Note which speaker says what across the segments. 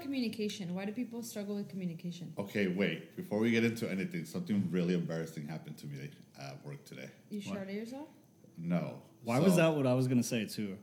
Speaker 1: communication. Why do people struggle with communication?
Speaker 2: Okay, wait. Before we get into anything, something really embarrassing happened to me at uh, work today.
Speaker 1: You sharded yourself?
Speaker 2: No.
Speaker 3: Why
Speaker 2: So-
Speaker 3: was that what I was gonna say too?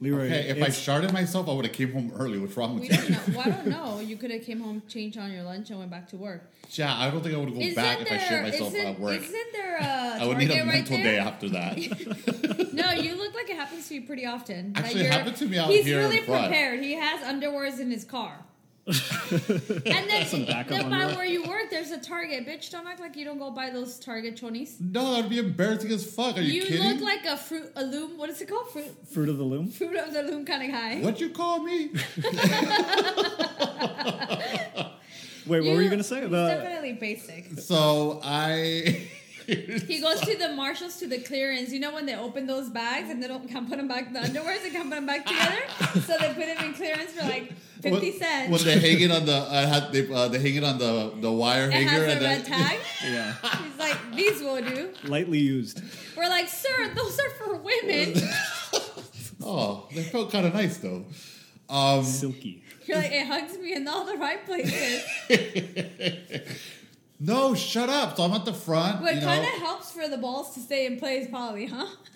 Speaker 3: Leroy,
Speaker 2: Okay, if I
Speaker 3: it's-
Speaker 2: sharded myself, I would have came home early. What's wrong
Speaker 1: We
Speaker 2: with
Speaker 1: don't
Speaker 2: you?
Speaker 1: know. Well, I don't know. You could have came home, changed on your lunch, and went back to work.
Speaker 2: Yeah, I don't think I would go back if I shared myself
Speaker 1: isn't-
Speaker 2: at work.
Speaker 1: Isn't there a
Speaker 2: I would need a
Speaker 1: Target right
Speaker 2: mental
Speaker 1: there?
Speaker 2: day after that.
Speaker 1: No, you look like it happens to you pretty often. Like
Speaker 2: Actually, it
Speaker 1: you're-
Speaker 2: happened to me out
Speaker 1: he's
Speaker 2: here in
Speaker 1: really
Speaker 2: front.
Speaker 1: prepared. He has underwears in his car. and then,
Speaker 3: Some backup
Speaker 1: then by
Speaker 3: underwear.
Speaker 1: where you work, there's a Target. Bitch, don't act like you don't go buy those Target chonies.
Speaker 2: no, that would be embarrassing as fuck. Are you,
Speaker 1: You,
Speaker 2: kidding?
Speaker 1: look like a fruit, a loom. What is it called? Fruit,
Speaker 3: fruit of the loom.
Speaker 1: fruit of the loom kind of guy.
Speaker 2: What'd you call me?
Speaker 3: Wait, what were you gonna say?
Speaker 1: He's
Speaker 3: The,
Speaker 1: definitely basic.
Speaker 2: so I.
Speaker 1: He goes to the marshals to the clearance. You know when they open those bags and they don't can't put them back the underwears, they can't put them back together. so they put them in clearance for like fifty
Speaker 2: when,
Speaker 1: cents.
Speaker 2: When they hang it on the, I had they, uh, they hang it on the the wire
Speaker 1: it
Speaker 2: hanger,
Speaker 1: has
Speaker 2: and
Speaker 1: a red
Speaker 2: then
Speaker 1: tag.
Speaker 3: yeah,
Speaker 1: He's like, these will do.
Speaker 3: lightly used.
Speaker 1: We're like, sir, those are for women.
Speaker 2: oh, they felt kind of nice though. Um,
Speaker 3: silky.
Speaker 1: You're like, it hugs me in all the right places.
Speaker 2: no, shut up. So I'm at the front,
Speaker 1: What
Speaker 2: you know,
Speaker 1: kind of helps for the balls to stay in place, probably, huh?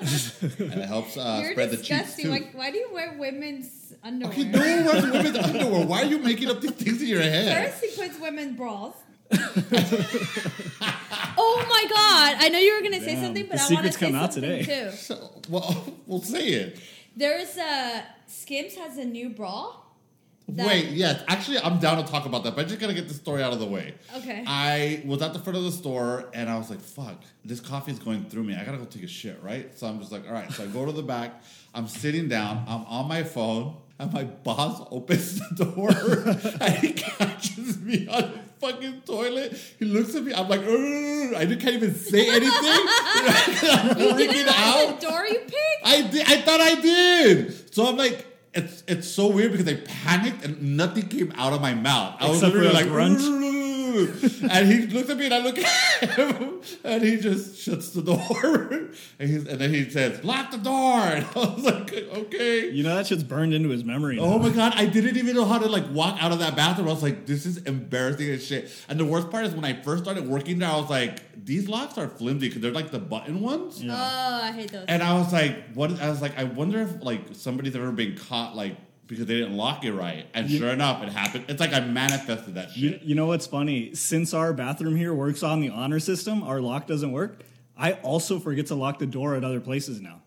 Speaker 2: and it helps uh,
Speaker 1: You're
Speaker 2: spread the cheeks
Speaker 1: disgusting.
Speaker 2: too.
Speaker 1: Like, why do you wear women's underwear?
Speaker 2: Okay, no one wears women's underwear. Why are you making up these things in your head?
Speaker 1: First, he puts women bras. oh my god! I know you were gonna say
Speaker 3: Damn,
Speaker 1: something, but
Speaker 3: the
Speaker 1: I want to
Speaker 3: secret's
Speaker 1: say
Speaker 3: come out
Speaker 1: something
Speaker 3: today.
Speaker 1: too.
Speaker 2: So, well, we'll say it.
Speaker 1: There's a Skims has a new bra. that-
Speaker 2: Wait, yes. Actually, I'm down to talk about that, but I just gotta get the story out of the way.
Speaker 1: Okay.
Speaker 2: I was at the front of the store and I was like, fuck, this coffee is going through me. I gotta go take a shit, right? So I'm just like, all right. So I go to the back, I'm sitting down, I'm on my phone, and my boss opens the door and he catches me on the fucking toilet. He looks at me, I'm like, "Ugh." I can't even say anything. I'm freaking
Speaker 1: Didn't I
Speaker 2: out.
Speaker 1: the door you picked?
Speaker 2: I did. I thought I did. So I'm like, it's it's so weird because I panicked and nothing came out of my mouth. I was
Speaker 3: Except for
Speaker 2: literally like,
Speaker 3: a grunt.
Speaker 2: and he looked at me and I look at him and he just shuts the door and, he's, and then he says, "Lock the door." And I was like, "Okay."
Speaker 3: You know that shit's burned into his memory.
Speaker 2: Oh
Speaker 3: now.
Speaker 2: my god, I didn't even know how to like walk out of that bathroom. I was like, this is embarrassing as shit. And the worst part is when I first started working there, I was like, these locks are flimsy because they're like the button ones.
Speaker 3: Yeah.
Speaker 1: Oh, I hate those.
Speaker 2: And I was like, what? I was like, I wonder if like somebody's ever been caught like because they didn't lock it right. And sure enough, it happened. It's like I manifested that
Speaker 3: You,
Speaker 2: shit.
Speaker 3: you know what's funny? Since our bathroom here works on the honor system, our lock doesn't work. I also forget to lock the door at other places now.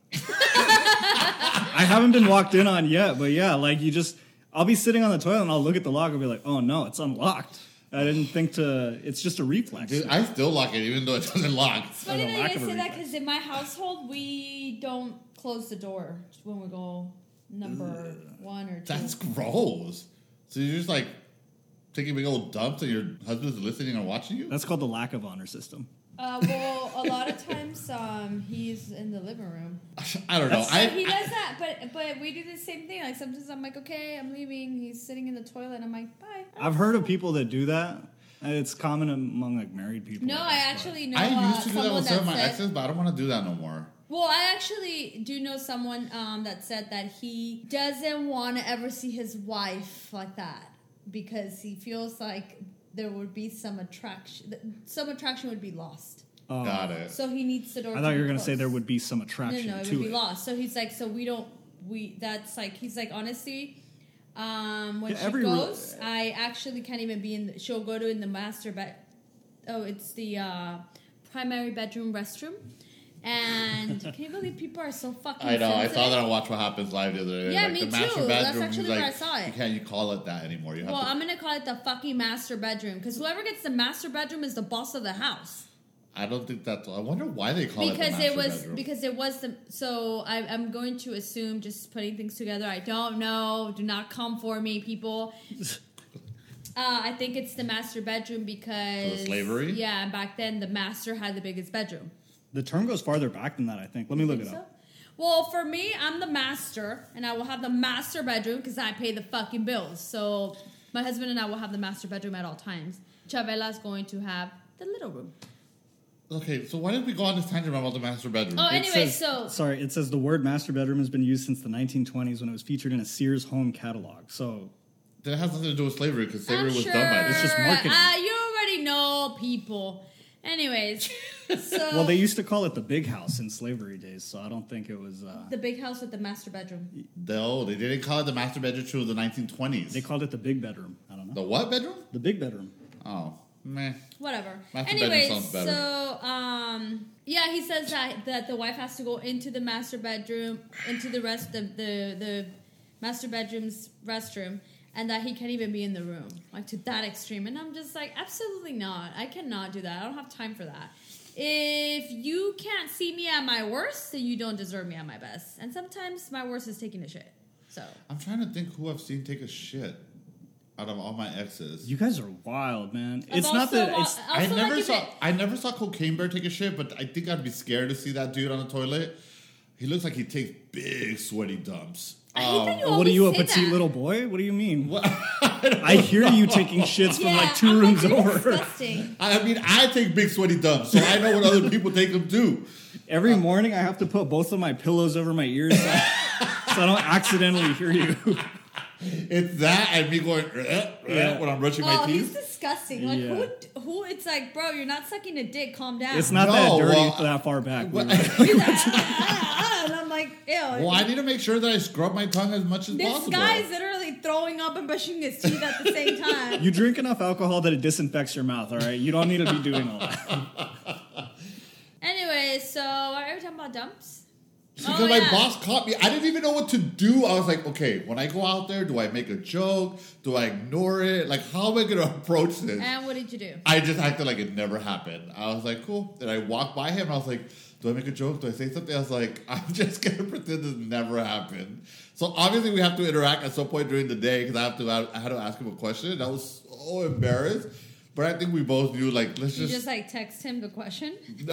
Speaker 3: I haven't been walked in on yet, but yeah, like you just, I'll be sitting on the toilet and I'll look at the lock and be like, oh no, it's unlocked. I didn't think to, it's just a reflex.
Speaker 2: Dude, I still lock it even though it doesn't lock.
Speaker 1: it's funny
Speaker 3: Oh, the
Speaker 1: that you
Speaker 3: lack
Speaker 1: guys
Speaker 3: of a
Speaker 1: say that
Speaker 3: reflex.
Speaker 1: because in my household we don't close the door when we go number one or two.
Speaker 2: That's gross. So you're just like taking big old dumps and your husband's listening and watching you.
Speaker 3: That's called the lack of honor system.
Speaker 1: Uh, well, a lot of times um, he's in the living room.
Speaker 2: I don't know.
Speaker 1: Uh, So he
Speaker 2: I,
Speaker 1: does that, but but we do the same thing. Like sometimes I'm like, okay, I'm leaving. He's sitting in the toilet. I'm like, bye.
Speaker 3: I've heard of people that do that. and It's common among like married people.
Speaker 1: No, I
Speaker 3: guess, but-
Speaker 1: actually know.
Speaker 2: I
Speaker 1: uh,
Speaker 2: used to do that
Speaker 1: someone
Speaker 2: with some of my
Speaker 1: said-
Speaker 2: exes, but I don't want to do that no more.
Speaker 1: Well, I actually do know someone um, that said that he doesn't want to ever see his wife like that because he feels like there would be some attraction. th- Some attraction would be lost.
Speaker 3: Oh,
Speaker 2: Got it.
Speaker 1: So he needs the door.
Speaker 3: I thought you were
Speaker 1: going
Speaker 3: gonna
Speaker 1: to be
Speaker 3: say there
Speaker 1: closed.
Speaker 3: would be some attraction
Speaker 1: No, no, it
Speaker 3: to
Speaker 1: would be
Speaker 3: it.
Speaker 1: lost. So he's like, so we don't, we. That's like, he's like, honestly, um, when
Speaker 3: Yeah,
Speaker 1: she
Speaker 3: every re-
Speaker 1: goes, I actually can't even be in. The, she'll go to in the master bed. Oh, it's the uh, primary bedroom restroom. And can you believe people are so fucking?
Speaker 2: I know. I saw
Speaker 1: sensitive?
Speaker 2: that on Watch What Happens Live the other day.
Speaker 1: Yeah,
Speaker 2: like,
Speaker 1: me
Speaker 2: the master
Speaker 1: too. That's
Speaker 2: Bedroom,
Speaker 1: actually
Speaker 2: he's
Speaker 1: where
Speaker 2: like,
Speaker 1: I saw it.
Speaker 2: You can't you call it that anymore. You have
Speaker 1: Well,
Speaker 2: to.
Speaker 1: I'm gonna call it the fucking master bedroom because whoever gets the master bedroom is the boss of the house.
Speaker 2: I don't think that's. I wonder why they call it
Speaker 1: because
Speaker 2: the master
Speaker 1: it was
Speaker 2: bedroom.
Speaker 1: because it was the so I, i'm going to assume just putting things together i don't know do not come for me people uh, i think it's the master bedroom because
Speaker 2: slavery?
Speaker 1: yeah and back then the master had the biggest bedroom
Speaker 3: The term goes farther back than that, I think. Let me look it
Speaker 1: Think so?
Speaker 3: up.
Speaker 1: well for me i'm the master and i will have the master bedroom because i pay the fucking bills so my husband and i will have the master bedroom at all times chavela's going to have the little room
Speaker 2: Okay, so why did we go on this tangent about the master bedroom?
Speaker 1: Oh,
Speaker 3: It
Speaker 1: Anyway,
Speaker 3: says-
Speaker 1: so-
Speaker 3: sorry, it says the word master bedroom has been used since the 1920s when it was featured in a Sears home catalog. So
Speaker 2: that has nothing to do with slavery because
Speaker 1: I'm
Speaker 2: slavery was
Speaker 1: sure,
Speaker 2: done by
Speaker 3: It's just marketing.
Speaker 1: Uh, you already know people. Anyways, so
Speaker 3: Well, they used to call it the big house in slavery days, so I don't think it was. Uh,
Speaker 1: the big house with the master bedroom.
Speaker 2: No, they didn't call it the master bedroom till the 1920s.
Speaker 3: they called it the big bedroom. I don't know.
Speaker 2: the what bedroom?
Speaker 3: The big bedroom.
Speaker 2: Oh, meh.
Speaker 1: Whatever.
Speaker 2: Master bedroom
Speaker 1: Anyways,
Speaker 2: sounds better.
Speaker 1: so um, yeah, he says that that the wife has to go into the master bedroom, into the rest of the the master bedroom's restroom, and that he can't even be in the room, like to that extreme. And I'm just like, absolutely not. I cannot do that. I don't have time for that. If you can't see me at my worst, then you don't deserve me at my best. And sometimes my worst is taking a shit. So
Speaker 2: I'm trying to think who I've seen take a shit out of all my exes.
Speaker 3: You guys are wild, man.
Speaker 1: I've
Speaker 3: It's not
Speaker 1: also
Speaker 3: that
Speaker 1: wa-
Speaker 3: it's
Speaker 1: also
Speaker 2: I
Speaker 1: like
Speaker 2: never
Speaker 1: if
Speaker 2: saw
Speaker 1: it-
Speaker 2: I never saw Cocaine Bear take a shit, but I think I'd be scared to see that dude on the toilet. He looks like he takes big sweaty dumps.
Speaker 1: I hate that you
Speaker 3: Oh, what are you a
Speaker 1: always say
Speaker 3: petite
Speaker 1: that.
Speaker 3: little boy? What do you mean? I, hear you taking shits from like 2
Speaker 1: I'm
Speaker 3: rooms
Speaker 1: like, "You're
Speaker 3: over.
Speaker 1: disgusting."
Speaker 2: I mean, I take big sweaty dumps, so I know what other people take them too.
Speaker 3: Every morning, I have to put both of my pillows over my ears so, so I don't accidentally hear you.
Speaker 2: It's that and me going "Eh, eh,"
Speaker 3: Yeah.
Speaker 2: when I'm brushing
Speaker 1: Oh,
Speaker 2: my
Speaker 1: he's
Speaker 2: teeth.
Speaker 1: disgusting. Like
Speaker 3: Yeah.
Speaker 1: who? Who? It's like, bro, you're not sucking a dick. Calm down.
Speaker 3: It's not
Speaker 2: No,
Speaker 3: that dirty
Speaker 2: well,
Speaker 3: that far back.
Speaker 2: well,
Speaker 3: We were-
Speaker 1: He's like, "Ah, ah, ah," and I'm like, ew.
Speaker 2: Well, I need to make sure that I scrub my tongue as much as
Speaker 1: this
Speaker 2: possible.
Speaker 1: guy's literally throwing up and brushing his teeth at the same time.
Speaker 3: you drink enough alcohol that it disinfects your mouth. All right, you don't need to be doing all that.
Speaker 1: anyway, so are we talking about dumps?
Speaker 2: Because
Speaker 1: Oh,
Speaker 2: my
Speaker 1: yeah.
Speaker 2: boss caught me. I didn't even know what to do. I was like, okay, when I go out there, do I make a joke? Do I ignore it? Like, how am I going to approach this?
Speaker 1: And what did you do?
Speaker 2: I just acted like it never happened. I was like, cool. And I walked by him. I was like, do I make a joke? Do I say something? I was like, I'm just going to pretend this never happened. So obviously, we have to interact at some point during the day because I have to. I had to ask him a question. And I was so embarrassed. But I think we both knew, like, let's
Speaker 1: You
Speaker 2: just.
Speaker 1: just like text him the question.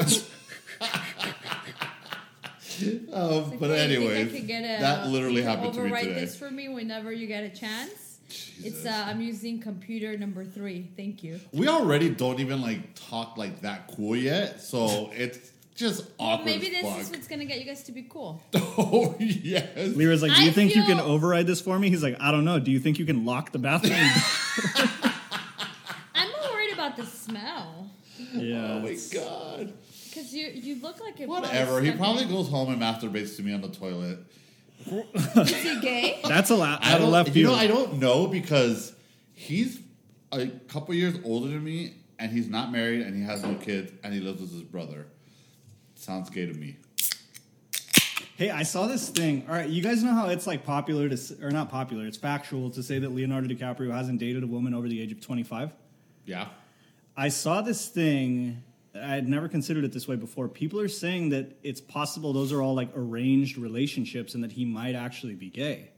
Speaker 2: um,
Speaker 1: Like,
Speaker 2: but
Speaker 1: "Hey, you think
Speaker 2: anyways,
Speaker 1: I could get a,
Speaker 2: that literally
Speaker 1: you can
Speaker 2: happened to me
Speaker 1: overwrite
Speaker 2: today.
Speaker 1: this for me whenever you get a chance. It's uh, I'm using computer number three. Thank you.
Speaker 2: We already don't even like talk like that cool yet, so it's just
Speaker 1: Well,
Speaker 2: awkward.
Speaker 1: maybe this
Speaker 2: as
Speaker 1: is
Speaker 2: fuck.
Speaker 1: what's gonna get you guys to be cool.
Speaker 2: oh yes.
Speaker 3: Lyra's like, "Do you
Speaker 1: I
Speaker 3: think you can
Speaker 1: feel-
Speaker 3: override this for me?" He's like, "I don't know. Do you think you can lock the bathroom?"
Speaker 1: I'm more worried about the smell
Speaker 2: Oh
Speaker 3: yeah,
Speaker 2: my god.
Speaker 1: because you you look like it.
Speaker 2: Whatever. He probably goes home and masturbates to me on the toilet.
Speaker 1: is he gay.
Speaker 3: that's a lot.
Speaker 2: I
Speaker 3: Out of
Speaker 2: don't.
Speaker 3: left
Speaker 2: you
Speaker 3: field.
Speaker 2: know, I don't know because he's a couple years older than me, and he's not married, and he has no kids, and he lives with his brother. Sounds gay to me.
Speaker 3: Hey, I saw this thing. All right, you guys know how it's like popular to, s- or not popular, it's factual to say that Leonardo DiCaprio hasn't dated a woman over the age of 25.
Speaker 2: Yeah.
Speaker 3: I saw this thing. I had never considered it this way before. People are saying that it's possible those are all like arranged relationships and that he might actually be gay.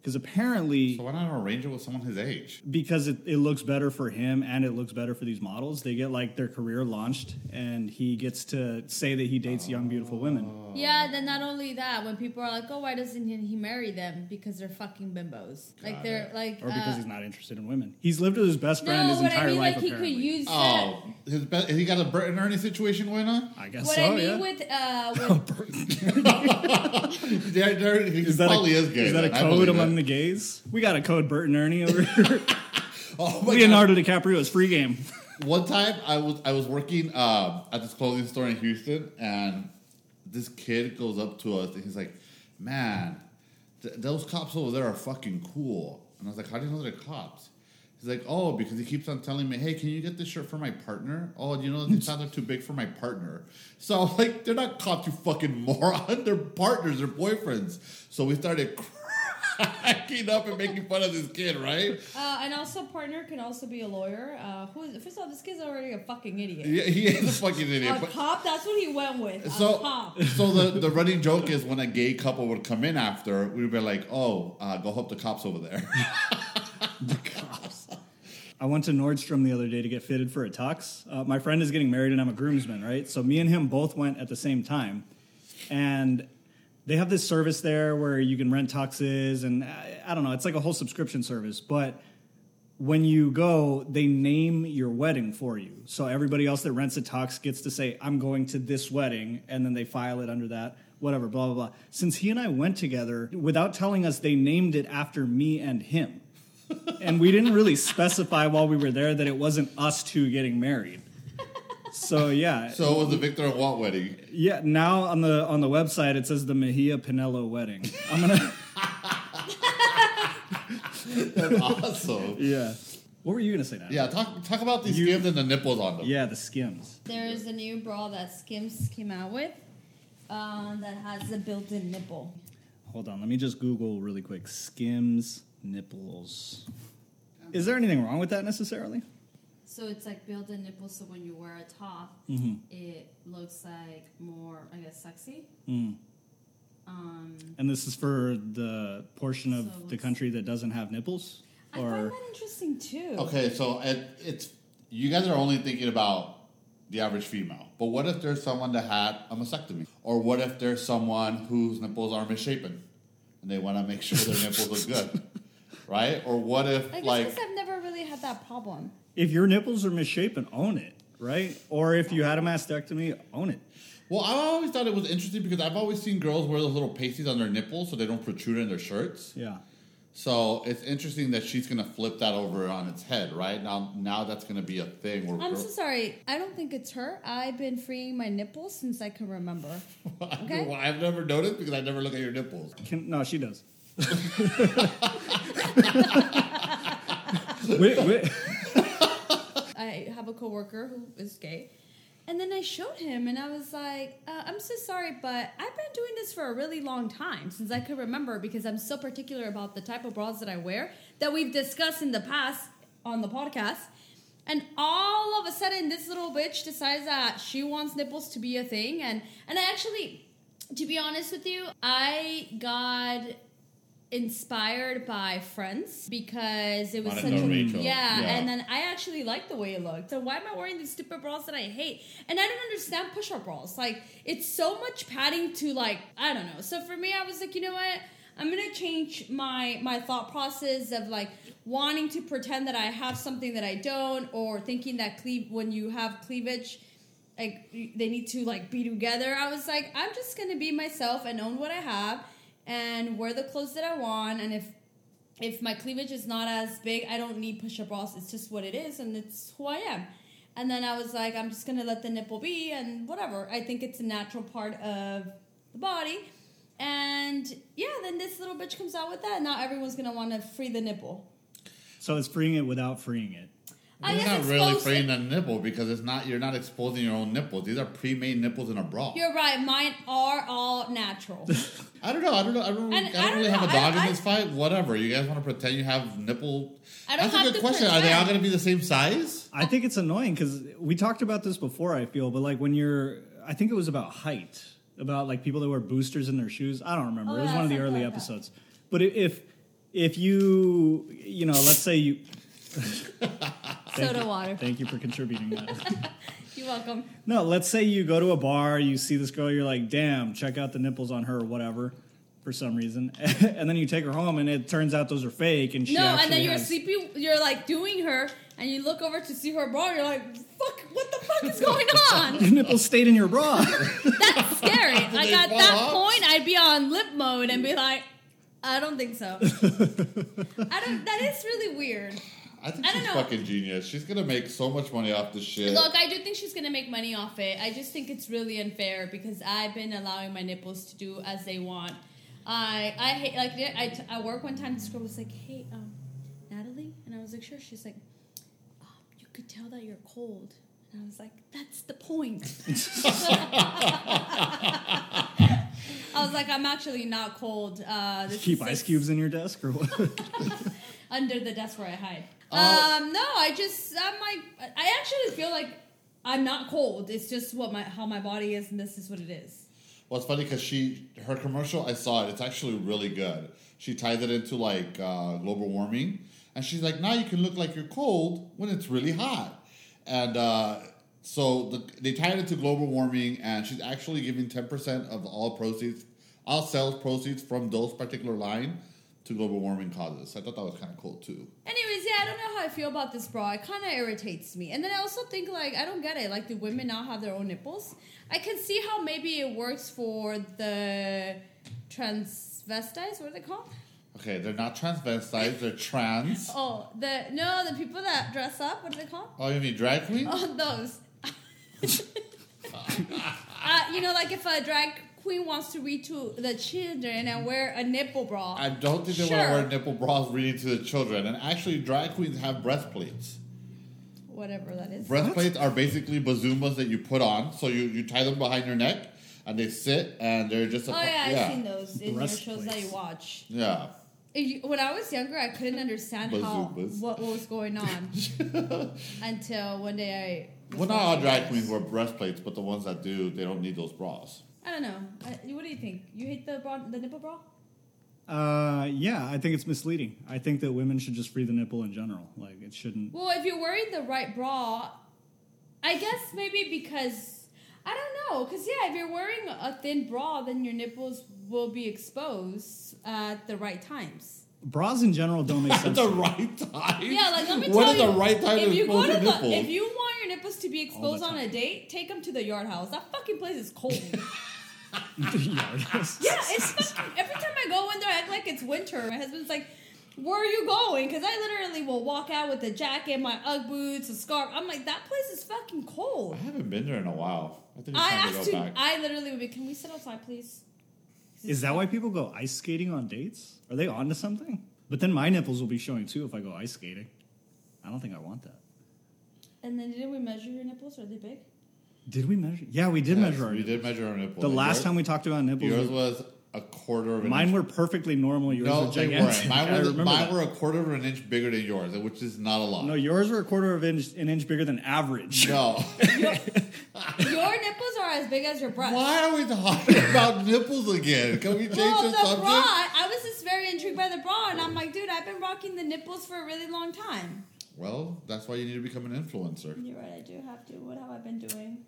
Speaker 3: Because apparently,
Speaker 2: So why not arrange it with someone his age?
Speaker 3: because it, it looks better for him and it looks better for these models, they get like their career launched and he gets to say that he dates young, beautiful
Speaker 2: Oh.
Speaker 3: women.
Speaker 1: Yeah. Then not only that, when people are like, "Oh, why doesn't he- he marry them?" Because they're fucking bimbos. like
Speaker 2: Got
Speaker 1: they're
Speaker 2: it.
Speaker 1: like.
Speaker 3: Or because
Speaker 1: uh,
Speaker 3: he's not interested in women. He's lived with his best friend
Speaker 1: no,
Speaker 3: his
Speaker 1: what I
Speaker 3: entire
Speaker 1: mean,
Speaker 3: life.
Speaker 1: like he could
Speaker 3: apparently.
Speaker 1: use. that-
Speaker 2: Oh, his best, he got a Bert and Ernie situation going on.
Speaker 3: I guess
Speaker 1: What
Speaker 3: so.
Speaker 1: I mean
Speaker 3: yeah.
Speaker 1: with uh, with
Speaker 2: They're- they're- he
Speaker 3: is that
Speaker 2: probably
Speaker 3: a,
Speaker 2: is gay.
Speaker 3: is that a
Speaker 2: then. I
Speaker 3: code
Speaker 2: believe
Speaker 3: among
Speaker 2: it.
Speaker 3: the gays? We got a code, Bert and Ernie over here.
Speaker 2: Oh my God.
Speaker 3: Leonardo DiCaprio is free game.
Speaker 2: One time, I was I was working um, at this clothing store in Houston, and this kid goes up to us and he's like, "Man, th- those cops over there are fucking cool." And I was like, "How do you know they're cops?" He's like, "Oh, because he keeps on telling me, hey, can you get this shirt for my partner? Oh, you know these size are too big for my partner." So I'm like, "They're not cops, you fucking moron. They're partners. They're boyfriends." So we started cracking up and making fun of this kid, right?
Speaker 1: uh, and also partner can also be a lawyer. Uh, who is, first of all, this kid's already a fucking idiot.
Speaker 2: Yeah, he is a fucking idiot.
Speaker 1: A
Speaker 2: but-
Speaker 1: cop. That's what he went with. a
Speaker 2: So,
Speaker 1: cop.
Speaker 2: so the, the running joke is when a gay couple would come in after, we would be like, oh, uh, go help the cops over there.
Speaker 3: I went to Nordstrom the other day to get fitted for a tux. Uh, my friend is getting married and I'm a groomsman, right? So me and him both went at the same time. And they have this service there where you can rent tuxes and I, I don't know, it's like a whole subscription service, but when you go, they name your wedding for you. So everybody else that rents a tux gets to say, I'm going to this wedding, and then they file it under that, whatever, blah, blah, blah. Since he and I went together, without telling us, they named it after me and him. and we didn't really specify while we were there that it wasn't us two getting married. So yeah,
Speaker 2: So it was a Victor and Walt wedding.
Speaker 3: yeah. Now on the on the website it says the Mejia Pinello wedding. I'm gonna
Speaker 2: That's awesome.
Speaker 3: yeah. What were you gonna say now?
Speaker 2: Yeah, talk talk about these skims and the nipples on them.
Speaker 3: Yeah, the skims.
Speaker 1: There is a new bra that Skims came out with um, that has a built-in nipple.
Speaker 3: Hold on, let me just Google really quick. Skims nipples. Is there anything wrong with that necessarily?
Speaker 4: So it's like built-in nipples, so when you wear a top,
Speaker 2: Mm-hmm.
Speaker 4: it looks like more, I guess, sexy. Um,
Speaker 3: And this is for the portion of
Speaker 4: So
Speaker 3: the
Speaker 4: it's-
Speaker 3: country that doesn't have nipples,
Speaker 1: I find
Speaker 3: or
Speaker 1: that interesting too.
Speaker 2: Okay, so it, it's you guys are only thinking about the average female, but what if there's someone that had a mastectomy, or what if there's someone whose nipples are misshapen, and they want to make sure their nipples look good, right? Or what if
Speaker 1: I guess
Speaker 2: like
Speaker 1: 'cause I've never really had that problem.
Speaker 3: if your nipples are misshapen, own it, right? Or if you had a mastectomy, own it.
Speaker 2: Well, I always thought it was interesting because I've always seen girls wear those little pasties on their nipples so they don't protrude in their shirts.
Speaker 3: Yeah.
Speaker 2: So it's interesting that she's gonna flip that over on its head, right? Now, now that's gonna be a thing. Where
Speaker 1: I'm
Speaker 2: girl-
Speaker 1: so sorry. I don't think it's her. I've been freeing my nipples since I can remember.
Speaker 2: I don't
Speaker 1: Okay.
Speaker 2: know why I've never noticed because I never look at your nipples.
Speaker 3: Can, no, she does. wait, wait.
Speaker 1: I have a coworker who is gay. And then I showed him and I was like, uh, I'm so sorry, but I've been doing this for a really long time since I could remember because I'm so particular about the type of bras that I wear that we've discussed in the past on the podcast. And all of a sudden, this little bitch decides that she wants nipples to be a thing. And, and I actually, to be honest with you, I got inspired by Friends because it was
Speaker 2: Monica
Speaker 1: such a
Speaker 2: Rachel.
Speaker 1: yeah,
Speaker 2: Yeah.
Speaker 1: and then I actually like the way it looked. So why am I wearing these stupid bras that I hate? And I don't understand push-up bras. Like it's so much padding to like I don't know. So for me, I was like, you know what? I'm gonna change my my thought process of like wanting to pretend that I have something that I don't, or thinking that cleave when you have cleavage. Like you- they need to like be together. I was like, I'm just gonna be myself and own what I have, and wear the clothes that I want. And if if my cleavage is not as big, I don't need push-up bras. It's just what it is, and it's who I am. And then I was like, I'm just gonna let the nipple be, and whatever. I think it's a natural part of the body. And yeah, then this little bitch comes out with that. Now everyone's gonna want to free the nipple.
Speaker 3: So it's freeing it without freeing it.
Speaker 1: I
Speaker 2: You're
Speaker 1: guess
Speaker 2: not really
Speaker 1: exposed-
Speaker 2: freeing a nipple because it's not. You're not exposing your own nipples. These are pre-made nipples in a bra.
Speaker 1: You're right. Mine are all natural.
Speaker 2: I don't know. I don't know. I don't. I
Speaker 1: And I
Speaker 2: don't,
Speaker 1: don't
Speaker 2: really
Speaker 1: know,
Speaker 2: have a
Speaker 1: I-
Speaker 2: dog
Speaker 1: I-
Speaker 2: in this fight. Whatever. You guys want to pretend you have nipple?
Speaker 1: I don't
Speaker 2: That's
Speaker 1: have
Speaker 2: a good
Speaker 1: to
Speaker 2: question. Are they all
Speaker 1: pretend.
Speaker 2: going to be the same size?
Speaker 3: I think it's annoying because we talked about this before. I feel, but like when you're, I think it was about height, about like people that wear boosters in their shoes. I don't remember.
Speaker 1: Oh,
Speaker 3: it was
Speaker 1: yeah,
Speaker 3: one of the
Speaker 1: something
Speaker 3: early
Speaker 1: like that.
Speaker 3: episodes. But i- if if you you know, let's say you Thank
Speaker 1: Soda
Speaker 3: you.
Speaker 1: water.
Speaker 3: Thank you for contributing that.
Speaker 1: You're welcome.
Speaker 3: no, let's say you go to a bar, you see this girl, you're like, damn, check out the nipples on her, or whatever. For some reason, and then you take her home, and it turns out those are fake, and she
Speaker 1: No, and then
Speaker 3: actually
Speaker 1: you're
Speaker 3: has-
Speaker 1: sleepy. You're like doing her, and you look over to see her bra. You're like, fuck. What the fuck is going on?
Speaker 3: Your nipples stayed in your bra.
Speaker 1: That's scary. like
Speaker 2: they
Speaker 1: at
Speaker 2: fall
Speaker 1: that
Speaker 2: off?
Speaker 1: point, I'd be on lip mode and be like, I don't think so. I don't. That is really weird.
Speaker 2: I think
Speaker 1: I don't
Speaker 2: she's
Speaker 1: know.
Speaker 2: fucking genius. She's going to make so much money off this shit.
Speaker 1: Look, I do think she's gonna make money off it. I just think it's really unfair because I've been allowing my nipples to do as they want. I I hate like I, t- I work one time. This girl was like, "Hey, um, Natalie," and I was like, "Sure." She's like, um, "You could tell that you're cold," and I was like, "That's the point." I was like, "I'm actually not cold." Uh, this
Speaker 3: Keep
Speaker 1: is
Speaker 3: ice
Speaker 1: like
Speaker 3: cubes in your desk, or what?
Speaker 1: under the desk where I hide.
Speaker 2: Oh.
Speaker 1: Um, no, I just I'm like I actually feel like I'm not cold. It's just what my how my body is, and this is what it is.
Speaker 2: Well, it's funny because she her commercial. I saw it. It's actually really good. She ties it into like uh, global warming, and she's like, "Now you can look like you're cold when it's really hot," and uh, so the, they tied it to global warming, and she's actually giving ten percent of all proceeds, all sales proceeds from those particular line to global warming causes. I thought that was kind of cool too.
Speaker 1: Anyways, yeah, I don't know how I feel about this bra. It kind of irritates me, and then I also think like I don't get it. Like, do women now have their own nipples? I can see how maybe it works for the transvestites. What are they called?
Speaker 2: Okay, they're not transvestites, they're trans.
Speaker 1: Oh, the no, the people that dress up. What are they called?
Speaker 2: Oh, you mean drag queen?
Speaker 1: Oh, those. uh, you know, like if a drag queen wants to read to the children and wear a nipple bra.
Speaker 2: I don't think they want
Speaker 1: Sure.
Speaker 2: to wear nipple bras reading to the children. And actually, drag queens have breastplates.
Speaker 1: whatever that is.
Speaker 2: Breastplates are basically bazumbas that you put on. So you, you tie them behind your neck and they sit and they're just a.
Speaker 1: Oh
Speaker 2: part-
Speaker 1: yeah, I've
Speaker 2: yeah.
Speaker 1: seen those in your shows that you
Speaker 3: Breastplates.
Speaker 1: watch.
Speaker 2: Yeah.
Speaker 1: If you- when I was younger, I couldn't understand how
Speaker 2: Bazookas.
Speaker 1: what, what was going on until one day I.
Speaker 2: Well, not all drag queens wear breastplates, but the ones that do, they don't need those bras.
Speaker 1: I don't know. I, what do you think? You hate the bra, the nipple bra?
Speaker 3: Uh, yeah, I think it's misleading. I think that women should just free the nipple in general. Like it shouldn't.
Speaker 1: Well, if you're wearing the right bra, I guess maybe because I don't know, because yeah, if you're wearing a thin bra, then your nipples will be exposed at the right times.
Speaker 3: Bras in general don't make
Speaker 2: At
Speaker 3: sense.
Speaker 2: the right time?
Speaker 1: Yeah, like let me
Speaker 2: What
Speaker 1: tell
Speaker 2: is
Speaker 1: you,
Speaker 2: the right time
Speaker 1: if
Speaker 2: to
Speaker 1: you
Speaker 2: expose
Speaker 1: go
Speaker 2: your
Speaker 1: to
Speaker 2: nipple?
Speaker 1: the, if you want your nipples to be
Speaker 3: the
Speaker 1: exposed on a
Speaker 3: time.
Speaker 1: date, take them to the yard house. That fucking place is cold.
Speaker 3: Yeah.
Speaker 1: yeah, it's fucking. Every time I go in there, I act like it's winter. My husband's like. Where are you going? Because I literally will walk out with a jacket, my UGG boots, a scarf. I'm like, that place is fucking cold.
Speaker 2: I haven't been there in a while. I think it's
Speaker 1: I
Speaker 2: time to
Speaker 1: asked
Speaker 2: go
Speaker 1: to.
Speaker 2: back.
Speaker 1: I literally would be. Can we sit outside, please?
Speaker 3: Is that why people go ice skating on dates? Are they onto something? But then my nipples will be showing too if I go ice skating. I don't think I want that.
Speaker 1: And then didn't we measure your nipples? Are they big?
Speaker 3: Did we measure? Yeah, we did
Speaker 2: Yes,
Speaker 3: measure our.
Speaker 2: we
Speaker 3: nipples.
Speaker 2: did measure our nipple.
Speaker 3: The last time we talked about nipples,
Speaker 2: yours was a quarter of an
Speaker 3: mine
Speaker 2: inch.
Speaker 3: were perfectly normal. Yours
Speaker 2: no,
Speaker 3: were
Speaker 2: they
Speaker 3: gigantic.
Speaker 2: weren't. Mine,
Speaker 3: I
Speaker 2: was,
Speaker 3: remember
Speaker 2: mine
Speaker 3: that.
Speaker 2: were a quarter of an inch bigger than yours, which is not a lot.
Speaker 3: No, yours were a quarter of inch, an inch bigger than average.
Speaker 2: No.
Speaker 1: Your nipples are as big as your breasts.
Speaker 2: Why are we talking about nipples again? Can we change
Speaker 1: Well,
Speaker 2: the
Speaker 1: the
Speaker 2: subject?
Speaker 1: bra. I was just very intrigued by the bra, and I'm like, dude, I've been rocking the nipples for a really long time.
Speaker 2: Well, that's why you need to become an influencer.
Speaker 1: You're right. I do have to. What have I been doing?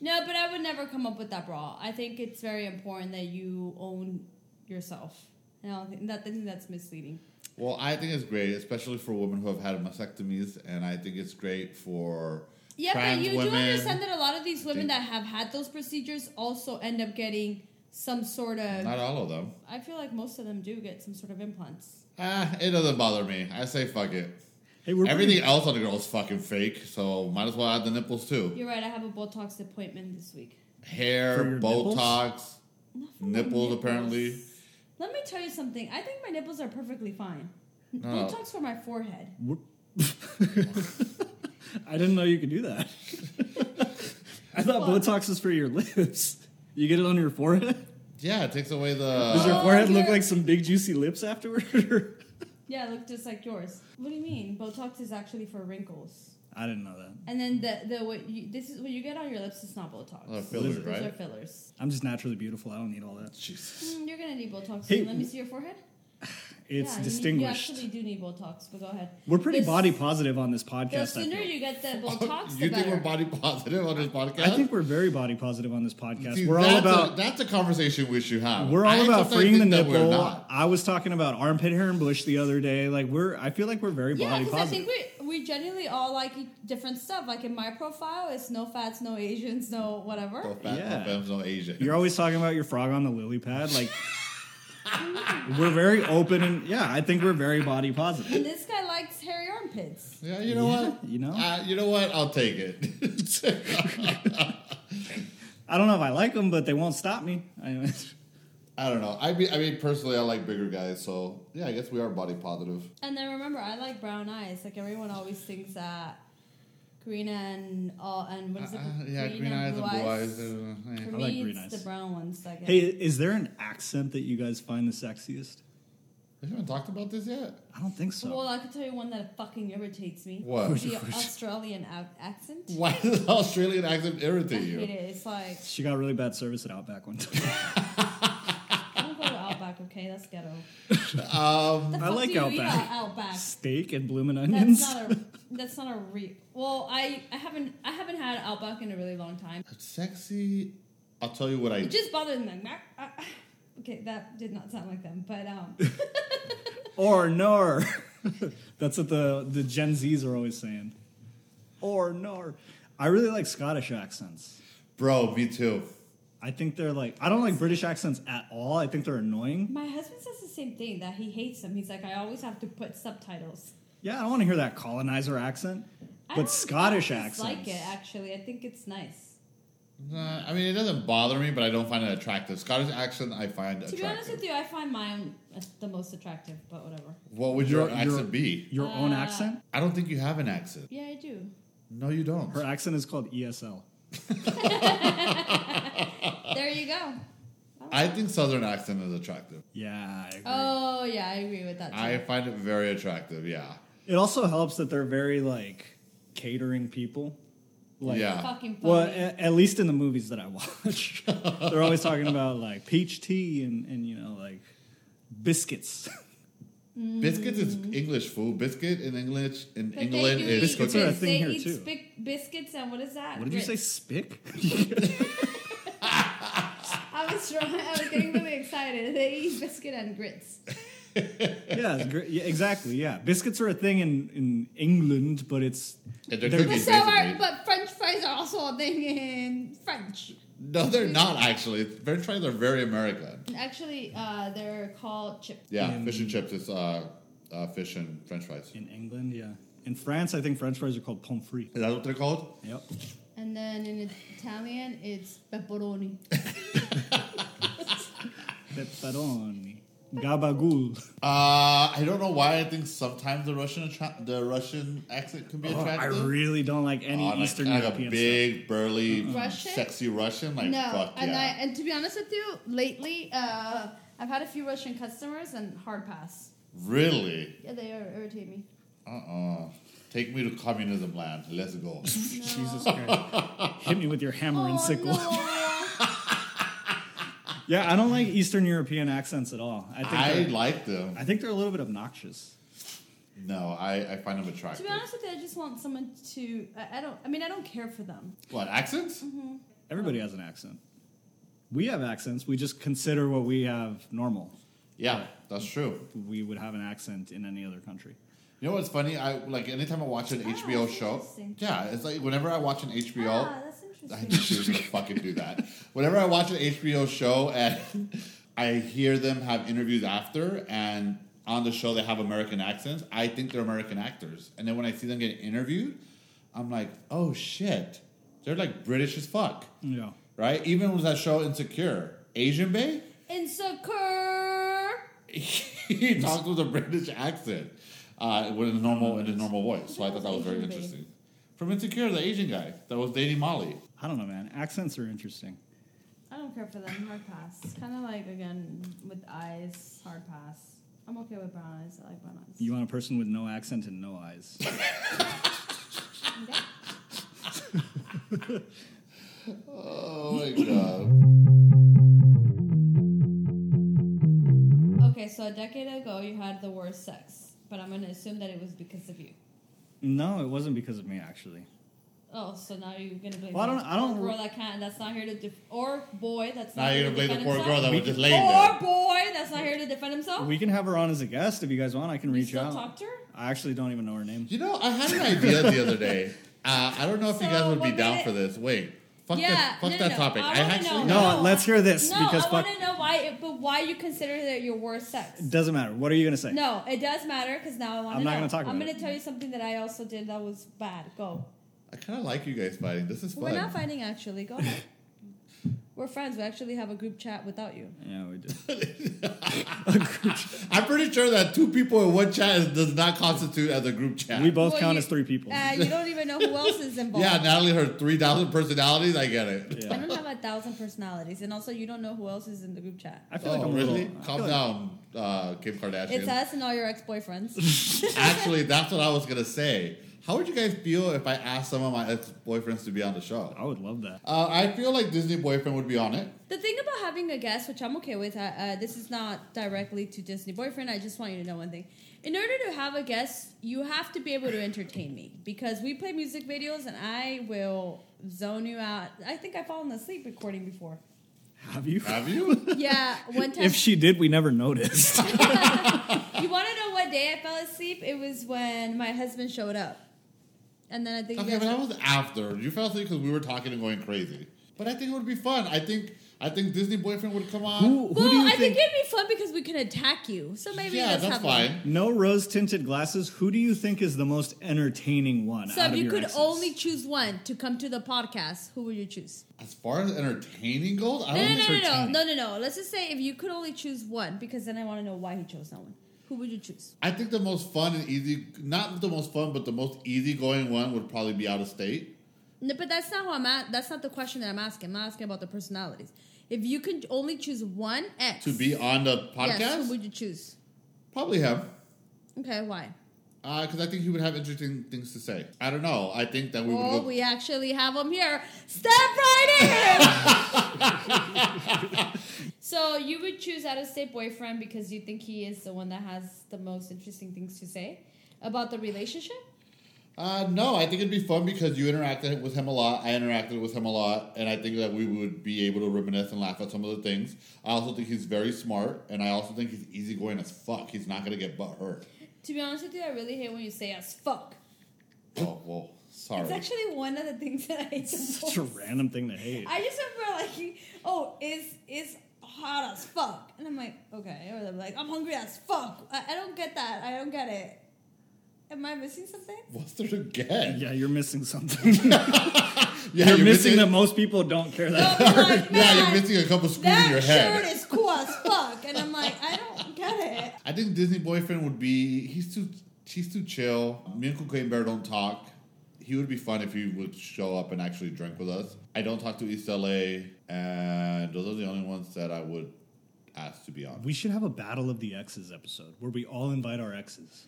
Speaker 1: No, but I would never come up with that bra. I think it's very important that you own yourself. And I don't think, that, I think that's misleading.
Speaker 2: Well, I think it's great, especially for women who have had mastectomies, and I think it's great for
Speaker 1: Yeah,
Speaker 2: trans
Speaker 1: but you
Speaker 2: women.
Speaker 1: do understand that a lot of these women
Speaker 2: Think-
Speaker 1: that have had those procedures also end up getting some sort of.
Speaker 2: Not all of them.
Speaker 1: I feel like most of them do get some sort of implants.
Speaker 2: Ah, it doesn't bother me. I say fuck it.
Speaker 3: Hey, we're
Speaker 2: Everything
Speaker 3: pretty-
Speaker 2: else on the girl is fucking fake, so might as well add the nipples too.
Speaker 1: You're right. I have a Botox appointment this week.
Speaker 2: Hair,
Speaker 3: For your nipples?
Speaker 2: Botox,
Speaker 1: Not for my
Speaker 2: nipples apparently.
Speaker 1: Let me tell you something. I think my nipples are perfectly fine.
Speaker 2: No.
Speaker 1: Botox for my forehead.
Speaker 3: I didn't know you could do that. I thought
Speaker 1: What?
Speaker 3: Botox is for your lips. You get it on your forehead.
Speaker 2: Yeah, it takes away
Speaker 3: Does
Speaker 2: the.
Speaker 1: Oh,
Speaker 3: your forehead look
Speaker 1: you're-
Speaker 3: like some big juicy lips afterward?
Speaker 1: Yeah, look just like yours. What do you mean? Botox is actually for wrinkles.
Speaker 3: I didn't know that.
Speaker 1: And then the the what you, this is what you get on your lips is not Botox.
Speaker 2: Oh, fillers,
Speaker 1: Those
Speaker 2: right?
Speaker 1: are fillers.
Speaker 3: I'm just naturally beautiful. I don't need all that.
Speaker 2: Jesus.
Speaker 1: Mm, you're gonna need Botox.
Speaker 3: Hey,
Speaker 1: soon. Let me see your forehead.
Speaker 3: It's
Speaker 1: yeah, you need-
Speaker 3: distinguished.
Speaker 1: You, actually do need Botox, but go ahead.
Speaker 3: We're pretty
Speaker 1: The s-
Speaker 3: body positive on this
Speaker 1: The
Speaker 3: podcast. I,
Speaker 1: sooner
Speaker 3: feel.
Speaker 1: you get that Botox,
Speaker 2: you
Speaker 1: the
Speaker 2: think
Speaker 1: better.
Speaker 2: we're body positive on this podcast?
Speaker 3: I think we're very body positive on this podcast.
Speaker 2: See,
Speaker 3: we're all
Speaker 2: that's
Speaker 3: about
Speaker 2: a, that's a conversation we should have.
Speaker 3: we're
Speaker 2: I
Speaker 3: all about
Speaker 2: sometimes
Speaker 3: freeing the
Speaker 2: think that we're
Speaker 3: nipple.
Speaker 2: not.
Speaker 3: I was talking about armpit hair and bush the other day. Like we're, I feel like we're very
Speaker 1: Yeah,
Speaker 3: body
Speaker 1: because I think
Speaker 3: positive.
Speaker 1: we we genuinely all like e- different stuff. Like in my profile, it's no fats, no Asians, no whatever.
Speaker 2: No fat,
Speaker 3: Yeah.
Speaker 2: no femmes, no Asian.
Speaker 3: You're always talking about your frog on the lily pad. Like we're very open and yeah, I think we're very body
Speaker 1: And
Speaker 3: positive.
Speaker 1: this guy likes hairy armpits.
Speaker 2: yeah, you know
Speaker 3: Yeah,
Speaker 2: what?
Speaker 3: you know?
Speaker 2: Uh, you know what? I'll take it.
Speaker 3: I don't know if I like them, but they won't stop me. I,
Speaker 2: I don't know. I mean, I mean, personally, I like bigger guys, so yeah, I guess we are body positive.
Speaker 1: And then remember, I like brown eyes. Like everyone always thinks that green and all and what is it?
Speaker 2: Uh, uh, yeah, green, eyes and blue eyes. uh, yeah.
Speaker 1: For
Speaker 3: I
Speaker 1: me,
Speaker 3: like green
Speaker 1: it's
Speaker 3: eyes.
Speaker 1: the brown ones. Like
Speaker 3: hey, is there an accent that you guys find the sexiest?
Speaker 2: We haven't talked about this yet.
Speaker 3: I don't think so.
Speaker 1: well, I can tell you one that fucking irritates me.
Speaker 2: What?
Speaker 1: The Australian ac- accent.
Speaker 2: Why does Australian accent
Speaker 1: I
Speaker 2: irritate
Speaker 1: hate
Speaker 2: you?
Speaker 1: it. It's like
Speaker 3: she got really bad service at Outback one time.
Speaker 1: I don't go to Outback. Okay, that's ghetto.
Speaker 2: Um,
Speaker 1: The
Speaker 3: I
Speaker 1: fuck
Speaker 3: like
Speaker 1: do you eat
Speaker 3: Outback.
Speaker 1: at Outback.
Speaker 3: steak and bloomin'
Speaker 1: That's
Speaker 3: onions.
Speaker 1: not a. That's not a re. Well, I, I haven't I haven't had Outback in a really long time.
Speaker 2: sexy. I'll tell you what I.
Speaker 1: It just bothered me. Okay, that did not sound like them, but um.
Speaker 3: or nor. That's what the the Gen Zs are always saying. Or nor. I really like Scottish accents.
Speaker 2: Bro, me too.
Speaker 3: I think they're like I don't like British accents at all. I think they're annoying.
Speaker 1: My husband says the same thing that he hates them. He's like, I always have to put subtitles.
Speaker 3: Yeah, I don't want to hear that colonizer accent.
Speaker 1: I
Speaker 3: But
Speaker 1: don't-
Speaker 3: Scottish
Speaker 1: I just like
Speaker 3: accents.
Speaker 1: it actually. I think it's nice.
Speaker 2: Nah, I mean, it doesn't bother me, but I don't find it attractive. Scottish accent, I find
Speaker 1: To
Speaker 2: attractive.
Speaker 1: be honest with you, I find mine uh, the most attractive. But whatever.
Speaker 2: what would your,
Speaker 3: Your-
Speaker 2: accent
Speaker 3: your-
Speaker 2: be?
Speaker 3: Your own
Speaker 1: Uh,
Speaker 3: accent?
Speaker 2: I don't think you have an accent.
Speaker 1: Yeah, I do.
Speaker 2: No, you don't.
Speaker 3: Her accent is called E ESL.
Speaker 1: There you go.
Speaker 2: I think Southern accent is attractive.
Speaker 3: Yeah, I agree.
Speaker 1: Oh yeah, I agree with that. Too.
Speaker 2: I find it very attractive. Yeah,
Speaker 3: It also helps that they're very like catering people. Like
Speaker 2: Yeah.
Speaker 1: Fucking funny.
Speaker 3: Well, at, at least in the movies that I watch, they're always talking about like peach tea and, and you know like biscuits.
Speaker 2: biscuits is English food. Biscuit in English in
Speaker 1: Mm. But
Speaker 2: England
Speaker 1: they do
Speaker 2: is
Speaker 1: eat,
Speaker 3: Biscuits
Speaker 2: cookies.
Speaker 3: are a
Speaker 1: bis-
Speaker 3: thing
Speaker 1: they
Speaker 3: here,
Speaker 1: eat
Speaker 3: too.
Speaker 1: spic- biscuits and what is that?
Speaker 3: What did you say,
Speaker 1: Grits.
Speaker 3: spick?
Speaker 1: I was wrong. I was getting really excited. They eat biscuit and grits.
Speaker 3: yeah, it's gr- yeah, exactly. Yeah, biscuits are a thing in, in England, but it's
Speaker 2: And they're
Speaker 3: They're-
Speaker 1: But
Speaker 2: cookies,
Speaker 1: so are,
Speaker 2: basically.
Speaker 1: but French fries are also a thing in French.
Speaker 2: no, they're not actually. French fries are very American.
Speaker 1: Actually, uh, they're called chips.
Speaker 2: Yeah,
Speaker 3: In-
Speaker 2: fish and chips is uh, uh, fish and French fries. Is
Speaker 3: in England. Mm. Yeah, in France, I think French fries are called pommes frites.
Speaker 2: that what they're called?
Speaker 3: Yep.
Speaker 1: And then in Italian, it's pepperoni.
Speaker 3: Pepperoni. Gabagool.
Speaker 2: Uh, I don't know why I think sometimes the Russian attra- the Russian accent can be
Speaker 3: Oh, I
Speaker 2: attractive.
Speaker 3: really don't like any
Speaker 2: Oh, like-
Speaker 3: Eastern
Speaker 2: like,
Speaker 3: European
Speaker 2: a
Speaker 3: stuff.
Speaker 2: big burly
Speaker 1: Russian?
Speaker 2: sexy Russian like
Speaker 1: no,
Speaker 2: fuck
Speaker 1: and I
Speaker 2: yeah.
Speaker 1: and to be honest with you, lately uh, I've had a few Russian customers and hard pass.
Speaker 2: really?
Speaker 1: Yeah, they ir- irritate me.
Speaker 2: Uh uh Take me to communism land. Let's go.
Speaker 3: Jesus Christ. Hit me with your hammer and sickle.
Speaker 1: Oh, no.
Speaker 3: Yeah, I don't like Eastern European accents at all. I think
Speaker 2: I
Speaker 3: they're-
Speaker 2: like them.
Speaker 3: I think they're a little bit obnoxious.
Speaker 2: No, I, I find them
Speaker 1: to
Speaker 2: attractive.
Speaker 1: be honest with you, I just want someone to. I, I don't. I mean, I don't care for them.
Speaker 2: What accents?
Speaker 1: Mm-hmm.
Speaker 3: Everybody has an accent. We have accents. We just consider what we have normal.
Speaker 2: Yeah, that's true.
Speaker 3: We would have an accent in any other country.
Speaker 2: You know what's funny? I like anytime I watch an
Speaker 1: Ah,
Speaker 2: HBO
Speaker 1: that's
Speaker 2: show.
Speaker 1: interesting.
Speaker 2: Yeah, it's like whenever I watch an HBO.
Speaker 1: Ah, that's
Speaker 2: I
Speaker 1: interesting.
Speaker 2: knew she was gonna fucking do that. Whenever I watch an HBO show and I hear them have interviews after, and on the show they have American accents, I think they're American actors. And then when I see them get interviewed, I'm like, oh shit, they're like British as fuck,
Speaker 3: Yeah.
Speaker 2: right? Even with that show Insecure, Asian Bay,
Speaker 1: Insecure.
Speaker 2: he talks with a British accent, uh, with a normal in a normal voice. So I thought that was very
Speaker 1: Asian Bay?
Speaker 2: interesting. From Insecure, the Asian guy that was dating Molly.
Speaker 3: I don't know, man. Accents are interesting.
Speaker 4: I don't care for them. Hard pass. Kind of like again with eyes. Hard pass. I'm okay with brown eyes. I like brown eyes.
Speaker 3: You want a person with no accent and no eyes.
Speaker 4: Yeah.
Speaker 2: Oh my god.
Speaker 1: Okay, so a decade ago, you had the worst sex, but I'm gonna assume that it was because of you.
Speaker 3: No, it wasn't because of me actually.
Speaker 1: Oh, so now you're gonna blame
Speaker 3: Well, I
Speaker 1: the
Speaker 3: don't- I don't-
Speaker 1: poor girl that can't that's not here to def- or boy that's
Speaker 2: Now
Speaker 1: not
Speaker 2: you're
Speaker 1: here
Speaker 2: gonna blame
Speaker 1: to
Speaker 2: the
Speaker 1: defend
Speaker 2: poor girl
Speaker 1: himself.
Speaker 2: that was just laying
Speaker 1: or
Speaker 2: there.
Speaker 1: boy that's not here to defend himself.
Speaker 3: We can have her on as a guest if you guys want. I can
Speaker 1: you
Speaker 3: reach
Speaker 1: still
Speaker 3: out.
Speaker 1: talk to her.
Speaker 3: I actually don't even know her name.
Speaker 2: You know, I had an idea the other day. Uh, I don't know if you
Speaker 1: So,
Speaker 2: guys would be
Speaker 1: what
Speaker 2: down
Speaker 1: did-
Speaker 2: for this. Wait, fuck
Speaker 1: Yeah,
Speaker 2: that, fuck
Speaker 1: no, no,
Speaker 2: that
Speaker 1: no.
Speaker 2: topic.
Speaker 1: I
Speaker 2: I,
Speaker 1: wanna
Speaker 2: actually
Speaker 1: know.
Speaker 3: No, let's hear this
Speaker 1: No,
Speaker 3: because
Speaker 1: I
Speaker 3: fuck.
Speaker 1: want to know why, it, but why you consider that your worst sex?
Speaker 3: Doesn't matter. What are you gonna say?
Speaker 1: No, it does matter because now I want
Speaker 3: I'm
Speaker 1: to
Speaker 3: not
Speaker 1: know.
Speaker 3: gonna talk
Speaker 1: I'm
Speaker 3: about
Speaker 1: gonna
Speaker 3: it.
Speaker 1: tell you something that I also did that was bad. Go.
Speaker 2: I kind of like you guys fighting. This is fun.
Speaker 1: We're not fighting actually. Go ahead. We're friends. We actually have a group chat without you.
Speaker 3: Yeah, we do.
Speaker 2: I'm pretty sure that two people in one chat is, does not constitute as a group chat.
Speaker 3: We both
Speaker 1: Well,
Speaker 3: count
Speaker 1: you-
Speaker 3: as three people.
Speaker 1: Uh, you don't even know who else is involved.
Speaker 2: yeah, Natalie, her three thousand personalities. I get it.
Speaker 1: I
Speaker 3: yeah.
Speaker 1: don't have a thousand personalities, and also you don't know who else is in the group chat.
Speaker 3: I feel like
Speaker 2: Oh,
Speaker 3: I'm
Speaker 2: really?
Speaker 3: a little. I
Speaker 2: Calm
Speaker 3: feel like-
Speaker 2: down, uh, Kim
Speaker 1: It's
Speaker 2: Kardashian.
Speaker 1: us and all your ex-boyfriends.
Speaker 2: Actually, that's what I was gonna say. How would you guys feel if I asked some of my ex boyfriends to be on the show?
Speaker 3: I would love that.
Speaker 2: Uh, I feel like Disney boyfriend would be on it.
Speaker 1: the thing about having a guest, which I'm okay with, uh, uh, this is not directly to Disney boyfriend. I just want you to know one thing. In order to have a guest, you have to be able to entertain me because we play music videos, and I will zone you out. I think I've fallen asleep recording before.
Speaker 3: Have you?
Speaker 2: Have you?
Speaker 1: Yeah, one time.
Speaker 3: If she did, we never noticed.
Speaker 1: you want to know what day I fell asleep? It was when my husband showed up, and then I think. you
Speaker 2: Okay,
Speaker 1: guys-
Speaker 2: but that was after. You fell asleep because we were talking and going crazy. But I think it would be fun. I think I think Disney boyfriend would come on.
Speaker 3: Who, who
Speaker 1: well,
Speaker 3: do you
Speaker 1: I
Speaker 3: think?
Speaker 1: think it'd be fun because we can attack you. So maybe
Speaker 2: yeah,
Speaker 1: let's
Speaker 2: that's
Speaker 1: have one.
Speaker 2: fine.
Speaker 3: no rose tinted glasses. Who do you think is the most entertaining one?
Speaker 1: So
Speaker 3: out
Speaker 1: if
Speaker 3: of
Speaker 1: you
Speaker 3: your
Speaker 1: could
Speaker 3: exes?
Speaker 1: only choose one to come to the podcast, who would you choose?
Speaker 2: As far as entertaining goes, I
Speaker 1: No,
Speaker 2: don't
Speaker 1: no, no, no, no,
Speaker 2: think
Speaker 3: entertaining.
Speaker 1: no, no, no. Let's just say if you could only choose one, because then I want to know why he chose that one. Who would you choose?
Speaker 2: I think the most fun and easy, not the most fun, but the most easygoing one would probably be out of state.
Speaker 1: No, but that's not what I'm. At, that's not the question that I'm asking. I'm not asking about the personalities. If you could only choose one ex
Speaker 2: To be on the podcast?
Speaker 1: yes, who would you choose?
Speaker 2: probably him.
Speaker 1: Okay, why?
Speaker 2: Because I think he would have interesting things to say. I don't know. I think that we would.
Speaker 1: Oh,
Speaker 2: go-
Speaker 1: we actually have him here. Step right in. so you would choose out of state boyfriend because you think he is the one that has the most interesting things to say about the relationship.
Speaker 2: Uh, no, I think it'd be fun because you interacted with him a lot. I interacted with him a lot, and I think that we would be able to reminisce and laugh at some of the things. I also think he's very smart, and I also think he's easygoing as fuck. He's not gonna get butt hurt.
Speaker 1: To be honest with you, I really hate when you say as fuck.
Speaker 2: Oh well, sorry.
Speaker 1: It's actually one of the things that I hate the
Speaker 3: Such a
Speaker 1: most.
Speaker 3: random thing to hate.
Speaker 1: I just remember like, oh, is is hot as fuck, and I'm like, okay, or they're like, I'm hungry as fuck. I, I don't get that. I don't get it. Am I missing something?
Speaker 2: What's there to get?
Speaker 3: yeah, you're missing something.
Speaker 2: Yeah,
Speaker 3: you're, missing that most people don't care
Speaker 1: No,
Speaker 3: that.
Speaker 1: I'm like,
Speaker 2: Yeah,
Speaker 1: man,
Speaker 2: you're missing a couple screws
Speaker 1: That
Speaker 2: in your head.
Speaker 1: shirt is cool as fuck, and I'm like, I don't get it.
Speaker 2: I think Disney boyfriend would be. He's too. She's too chill. Me and Cocaine Bear don't talk. He would be fun if he would show up and actually drink with us. I don't talk to East LA, and those are the only ones that I would ask to be on.
Speaker 3: We should have a battle of the exes episode where we all invite our exes.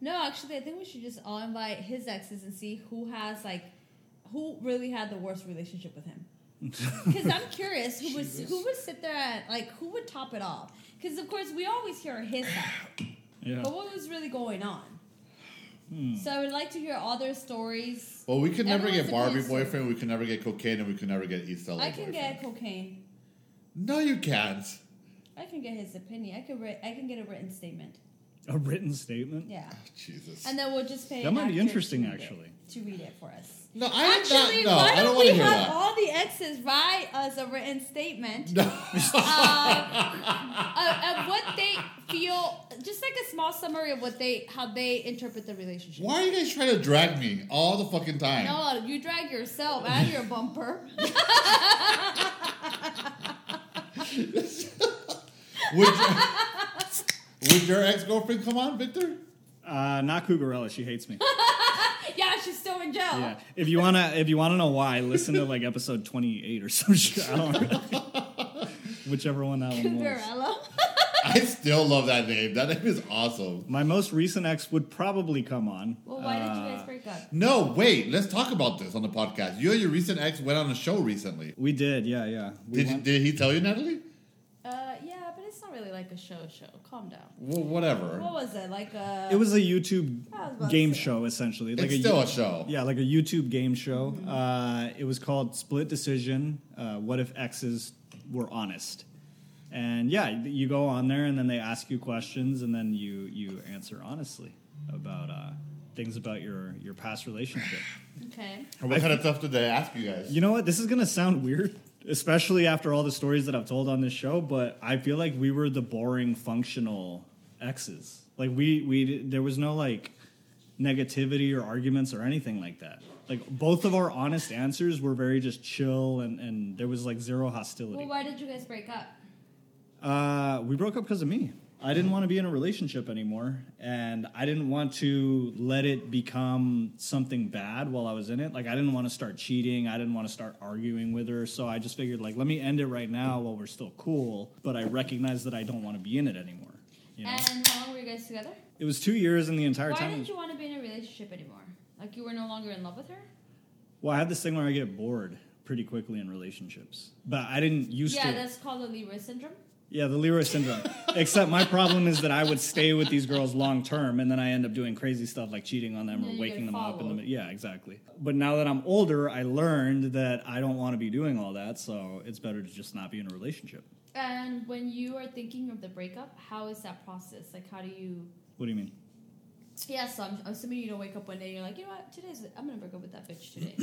Speaker 1: No, actually, I think we should just all invite his exes and see who has like, who really had the worst relationship with him. Because I'm curious who would
Speaker 2: Jesus.
Speaker 1: who would sit there and like who would top it off. Because of course we always hear his side,
Speaker 3: Yeah.
Speaker 1: but what was really going on?
Speaker 2: Hmm.
Speaker 1: So I would like to hear all their stories.
Speaker 2: Well, we could never
Speaker 1: Everyone's
Speaker 2: get Barbie
Speaker 1: against you.
Speaker 2: boyfriend. We could never get cocaine, and we could never get East LA.
Speaker 1: I can
Speaker 2: boyfriend.
Speaker 1: get cocaine.
Speaker 2: No, you can't.
Speaker 1: I can get his opinion. I can write. I can get a written statement.
Speaker 3: A written statement?
Speaker 1: Yeah.
Speaker 2: Jesus.
Speaker 1: And then we'll just pay.
Speaker 3: That
Speaker 1: an
Speaker 3: might be
Speaker 1: actor
Speaker 3: interesting,
Speaker 1: to read it-
Speaker 3: actually.
Speaker 1: to read it for us.
Speaker 2: no, I
Speaker 1: Actually,
Speaker 2: actually, not,
Speaker 1: why
Speaker 2: no, I don't
Speaker 1: don't
Speaker 2: want
Speaker 1: we
Speaker 2: to hear
Speaker 1: have
Speaker 2: that.
Speaker 1: all the exes write us a written statement
Speaker 2: No.
Speaker 1: of, of, of what they feel, just like a small summary of what they how they interpret the relationship.
Speaker 2: Why are you guys trying to drag me all the fucking time?
Speaker 1: No, you drag yourself out of your bumper.
Speaker 2: Would, your, would your ex girlfriend come on, Victor?
Speaker 3: Uh, not Cougarella. She hates me.
Speaker 1: yeah, she's still in jail.
Speaker 3: Yeah. If you wanna, if you wanna know why, listen to like episode twenty eight or some shit. I don't know. Whichever one that one was.
Speaker 1: Cinderella.
Speaker 2: I still love that name. That name is awesome.
Speaker 3: My most recent ex would probably come on.
Speaker 1: Well, why did you
Speaker 3: Uh,
Speaker 1: guys break up?
Speaker 2: No, wait. Let's talk about this on the podcast. You and your recent ex went on a show recently.
Speaker 3: We did, yeah, yeah. We
Speaker 2: Did, you,
Speaker 3: went-
Speaker 2: did he tell you, Natalie?
Speaker 1: Uh, yeah, but it's not really like a show. Show. Calm down.
Speaker 2: Well, whatever.
Speaker 1: What was it like? uh, A
Speaker 3: it was a YouTube
Speaker 1: I was about to
Speaker 3: game
Speaker 1: say.
Speaker 3: show, essentially.
Speaker 2: it's
Speaker 3: a
Speaker 2: still
Speaker 3: you-
Speaker 2: a show.
Speaker 3: Yeah, like a YouTube game show. Uh, it was called Split Decision. Uh, what if exes were honest? And yeah, you go on there, and then they ask you questions, and then you you answer honestly about uh, things about your your past relationship.
Speaker 1: okay.
Speaker 2: What kind of stuff did they ask you guys?
Speaker 3: You know what? This is gonna sound weird, especially after all the stories that I've told on this show. But I feel like we were the boring functional exes. Like we we there was no like negativity or arguments or anything like that. Like both of our honest answers were very just chill and and there was like zero
Speaker 1: Well,
Speaker 3: hostility.
Speaker 1: why did you guys break up?
Speaker 3: Uh, we broke up because of me. I didn't want to be in a relationship anymore, and I didn't want to let it become something bad while I was in it. Like I didn't want to start cheating. I didn't want to start arguing with her. So I just figured, like, let me end it right now while we're still cool. But I recognize that I don't want to be in it anymore. You know,
Speaker 1: And how long were you guys together?
Speaker 3: it was two years, and the entire
Speaker 1: Why
Speaker 3: time,
Speaker 1: didn't you want to be in a relationship anymore? Like you were no longer in love with her?
Speaker 3: well, I had this thing where I get bored pretty quickly in relationships, but I didn't used
Speaker 1: Yeah,
Speaker 3: to.
Speaker 1: that's called the Leroy syndrome.
Speaker 3: Yeah, the Leroy syndrome. Except my problem is that I would stay with these girls long term, and then I end up doing crazy stuff like cheating on them
Speaker 1: Yeah,
Speaker 3: or
Speaker 1: you
Speaker 3: waking
Speaker 1: get
Speaker 3: them up in the
Speaker 1: followed.
Speaker 3: mi- yeah, exactly. But now that I'm older, I learned that I don't want to be doing all that, so it's better to just not be in a relationship.
Speaker 1: And when you are thinking of the breakup, how is that process? Like, how do you?
Speaker 3: What do you mean?
Speaker 1: Yeah, so I'm, I'm assuming you don't wake up one day and you're like, you know what, today's I'm gonna break up with that bitch today.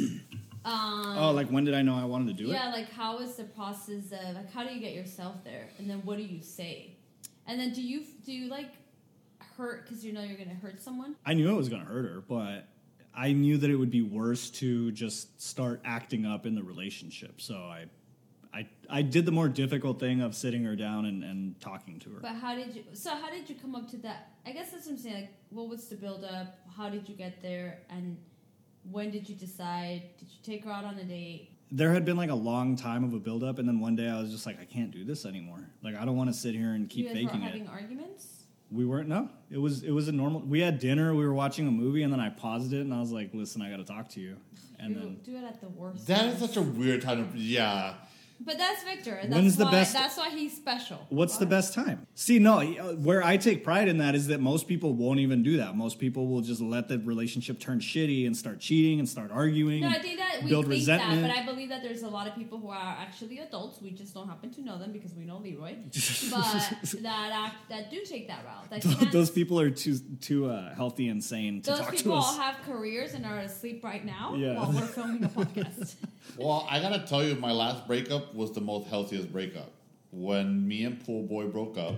Speaker 1: Um,
Speaker 3: Oh, like when did I know I wanted to do
Speaker 1: yeah,
Speaker 3: it?
Speaker 1: like how is the process of like how do you get yourself there, and then what do you say, and then do you do you like hurt because you know you're gonna hurt someone?
Speaker 3: I knew it was gonna hurt her, but I knew that it would be worse to just start acting up in the relationship. So I, I, I did the more difficult thing of sitting her down and, and talking to her.
Speaker 1: But how did you? So how did you come up to that? I guess that's what I'm saying. Like, what was the build up? How did you get there? And when did you decide? Did you take her out on a date?
Speaker 3: there had been like a long time of a buildup, and then one day I was just like, I can't do this anymore. Like I don't want to sit here and keep
Speaker 1: you guys
Speaker 3: faking
Speaker 1: were
Speaker 3: it.
Speaker 1: having arguments.
Speaker 3: We weren't. No, it was it was a normal. We had dinner. We were watching a movie, and then I paused it, and I was like, "Listen, I got to talk to you." And
Speaker 1: You
Speaker 3: then
Speaker 1: do it at the worst.
Speaker 2: That
Speaker 1: time.
Speaker 2: is such a weird time to. Yeah.
Speaker 1: But that's Victor. That's
Speaker 3: When's
Speaker 1: why,
Speaker 3: the best-
Speaker 1: That's why he's special.
Speaker 3: What's the
Speaker 1: Why?
Speaker 3: best time? See, no, uh, where I take pride in that is that most people won't even do that. Most people will just let the relationship turn shitty and start cheating and start arguing.
Speaker 1: No,
Speaker 3: and
Speaker 1: I think that we
Speaker 3: build
Speaker 1: think
Speaker 3: resentment.
Speaker 1: that, but I believe that there's a lot of people who are actually adults. We just don't happen to know them because we know Leroy, but that act, that do take that route. That
Speaker 3: Th-
Speaker 1: can,
Speaker 3: Those people are too too uh, healthy and sane to
Speaker 1: those
Speaker 3: talk
Speaker 1: people
Speaker 3: to
Speaker 1: all
Speaker 3: us.
Speaker 1: have careers and are asleep right now
Speaker 3: Yeah.
Speaker 1: while we're filming a podcast.
Speaker 2: Well, I gotta tell you, my last breakup was the most healthiest breakup. When me and Pool Boy broke up,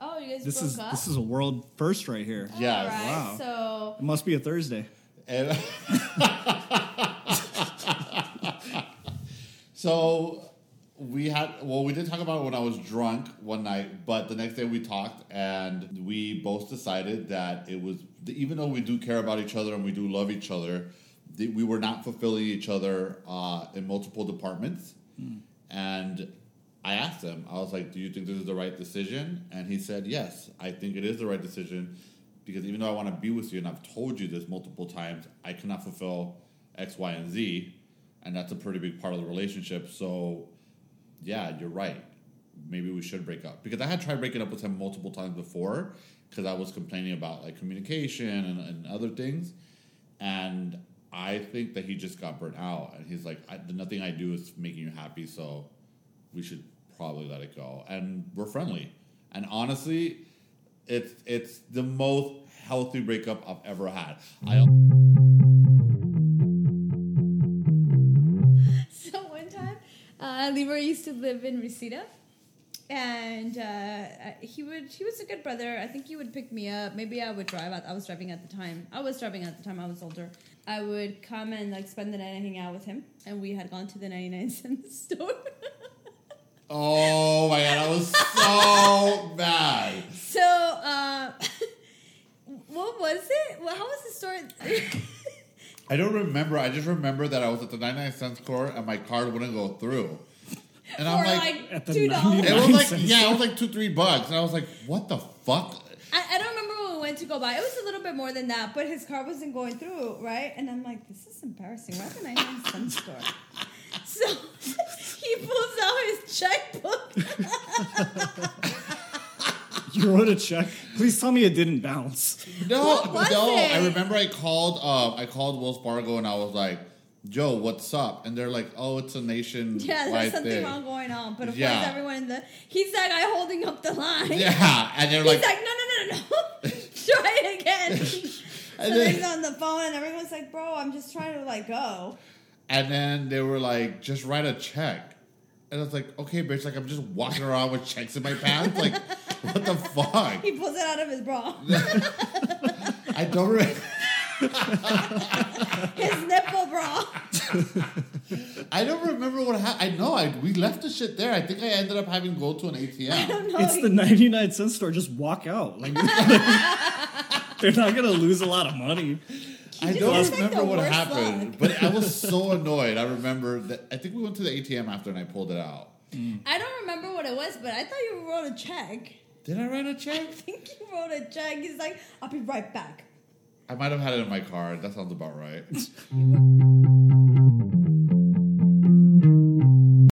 Speaker 1: oh, you guys
Speaker 3: this
Speaker 1: broke
Speaker 3: is
Speaker 1: up.
Speaker 3: this is a world first right here.
Speaker 2: yes.
Speaker 1: All right,
Speaker 3: Wow.
Speaker 1: so
Speaker 3: It must be a Thursday.
Speaker 2: And so we had well we did talk about it when I was drunk one night, but the next day we talked and we both decided that it was even though we do care about each other and we do love each other, that we were not fulfilling each other uh, in multiple departments. And I asked him, I was like, Do you think this is the right decision? And he said, Yes, I think it is the right decision because even though I want to be with you and I've told you this multiple times, I cannot fulfill X, Y, and Z. And that's a pretty big part of the relationship. So, yeah, you're right. Maybe we should break up because I had tried breaking up with him multiple times before because I was complaining about like communication and, and other things. And I think that he just got burnt out, and he's like, I, nothing I do is making you happy, so we should probably let it go. And we're friendly, and honestly, it's it's the most healthy breakup I've ever had. I
Speaker 1: So one time, uh, Leroy used to live in Reseda, and uh, I- he would he was a good brother. I think he would pick me up. Maybe I would drive. out. I was driving at the time. I was driving at the time. I was older. I would come and like spend the night and hang out with him. And we had gone to the ninety nine cent store.
Speaker 2: oh my god, I was so mad.
Speaker 1: so uh, what was it? Well, how was the story?
Speaker 2: I don't remember. I just remember that I was at the 99 cent store and my card wouldn't go through. And
Speaker 1: or
Speaker 2: I'm like,
Speaker 1: like,
Speaker 3: At the
Speaker 1: two dollars.
Speaker 3: 99
Speaker 2: it was
Speaker 3: 99
Speaker 2: like
Speaker 3: cents.
Speaker 2: yeah, it was like two three bucks, and I was like, what the fuck?
Speaker 1: I, I don't remember when we went to go buy. It was a little bit more than that, but his car wasn't going through, right? And I'm like, this is embarrassing. Why can I have some store? So he pulls out his checkbook.
Speaker 3: You wrote a check. Please tell me it didn't bounce.
Speaker 2: No,
Speaker 1: What was
Speaker 2: no.
Speaker 1: it?
Speaker 2: I remember I called. Uh, I called Wells Fargo and I was like, Joe, what's up? And they're like, oh, it's a nation.
Speaker 1: Yeah, there's something
Speaker 2: thing.
Speaker 1: wrong going on. But of
Speaker 2: Yeah.
Speaker 1: course, everyone in the he's that guy holding up the line.
Speaker 2: Yeah, and they're
Speaker 1: He's
Speaker 2: like,
Speaker 1: like, no, no, no, no, no. Try it again. so
Speaker 2: And
Speaker 1: then
Speaker 2: then-
Speaker 1: he's on the phone, and everyone's like, bro, I'm just trying to like go.
Speaker 2: and then they were like, just write a check. And I was like, okay, bitch, like I'm just walking around with checks in my pants. Like, what the fuck?
Speaker 1: He pulls it out of his bra.
Speaker 2: I don't remember.
Speaker 1: His nipple bra.
Speaker 2: I don't remember what happened. I know I we left the shit there. I think I ended up having to go to an ATM.
Speaker 1: I don't know.
Speaker 3: It's
Speaker 1: He-
Speaker 3: the 99 cent store. Just walk out. Like they're not gonna lose a lot of money.
Speaker 2: I
Speaker 1: just
Speaker 2: don't
Speaker 1: looks like
Speaker 2: remember
Speaker 1: the
Speaker 2: what
Speaker 1: worst
Speaker 2: happened,
Speaker 1: luck.
Speaker 2: but I was so annoyed. I remember that I think we went to the ATM after and I pulled it out.
Speaker 1: I don't remember what it was, but I thought you wrote a check.
Speaker 2: Did I write a check?
Speaker 1: I think you wrote a check. He's like, I'll be right back.
Speaker 2: I might have had it in my car. That sounds about right.